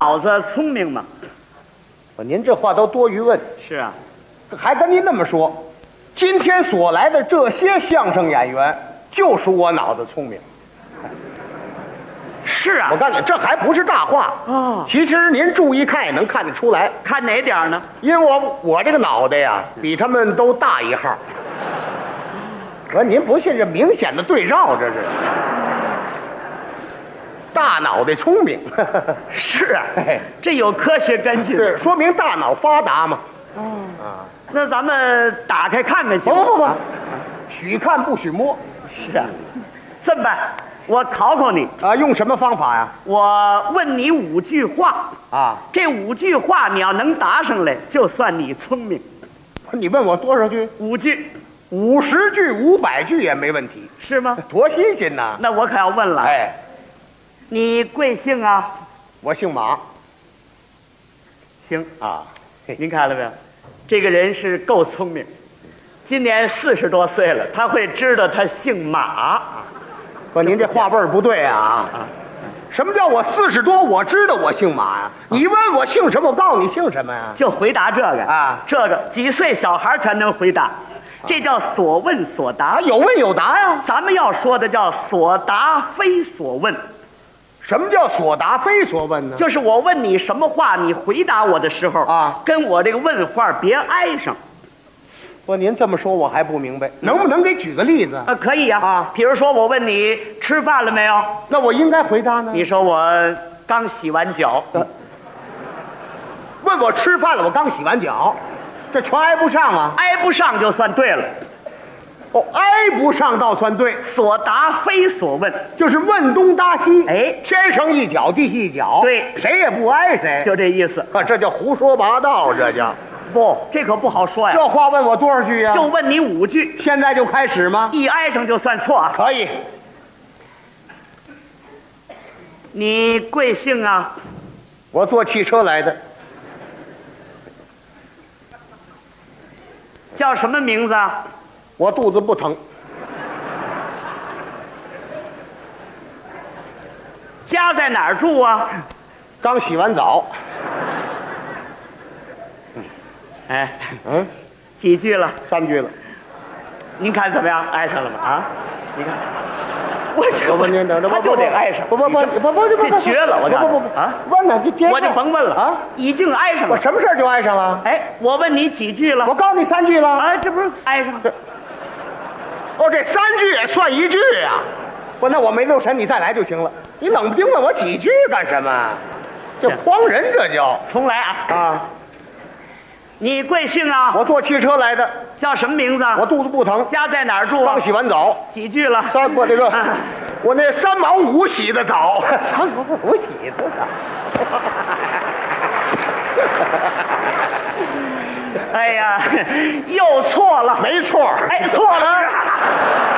嫂子聪明嘛？啊您这话都多余问，是啊，还跟您那么说，今天所来的这些相声演员，就属我脑子聪明。是啊我。告诉你，这还不是大话哦其实您注意看也能看得出来，看哪点儿呢？因为我我这个脑袋呀，比他们都大一号。我说您不信，这明显的对照，这是大脑袋聪明。 是啊嘿，这有科学根据。对，说明大脑发达嘛。那咱们打开看看行吗？不不不不，许看不许摸是啊，这么办，我考考你，啊！用什么方法呀？我问你五句话，啊，这五句话你要能答上来，就算你聪明。你问我多少句？五句五十句、五百句也没问题，是吗？多新鲜呐！那我可要问了，哎，你贵姓啊？我姓马行，啊，您看了没有？这个人是够聪明，今年四十多岁了，他会知道他姓马。不，您这话辈儿不对啊！什么叫我四十多？我知道我姓马呀。你问我姓什么，我告诉你姓什么呀？就回答这个啊这个几岁小孩全能回答，这叫所问所答啊，。有问有答呀。咱们要说的叫所答非所问，什么叫所答非所问呢？就是我问你什么话，你回答我的时候啊跟我这个问话别挨上。不，您这么说我还不明白，能不能给举个例子？啊，可以啊。啊嗯比如说我问你吃饭了没有，那我应该回答呢？你说我刚洗完脚，嗯问我吃饭了，我刚洗完脚，这全挨不上啊！挨不上就算对了。哦，挨不上倒算对，所答非所问，就是问东搭西，哎天上一脚地一脚，对谁也不挨谁，就这意思。啊，这叫胡说八道，这叫不，这可不好说呀。这话问我多少句呀、就问你五句，现在就开始吗？一挨上就算错啊。可以，你贵姓啊？我坐汽车来的，叫什么名字啊？我肚子不疼，家在哪儿住啊？刚洗完澡，哎，嗯，几句了？三句了。您看怎么样？挨上了吗？啊，你看，我这我问您等等，他就得挨上，不不不不不不不，这绝了我告诉不你不不啊！问呢，就接我就甭问了啊！已经挨上我了。什么事儿就挨上了？哎，我问你几句我了？告诉你三句了。啊，这不是挨上了？哦，这三句也算一句啊！不，那我没留神，你再来就行了。你冷不丁问我几句干什么？这诓人，这叫重来啊！啊！你贵姓啊？我坐汽车来的，叫什么名字啊？我肚子不疼，家在哪儿住啊刚？洗完澡，几句了？三我这个我那三毛五洗的澡，啊三毛五洗的澡。哎呀，又错了。 没错儿， 哎，错了。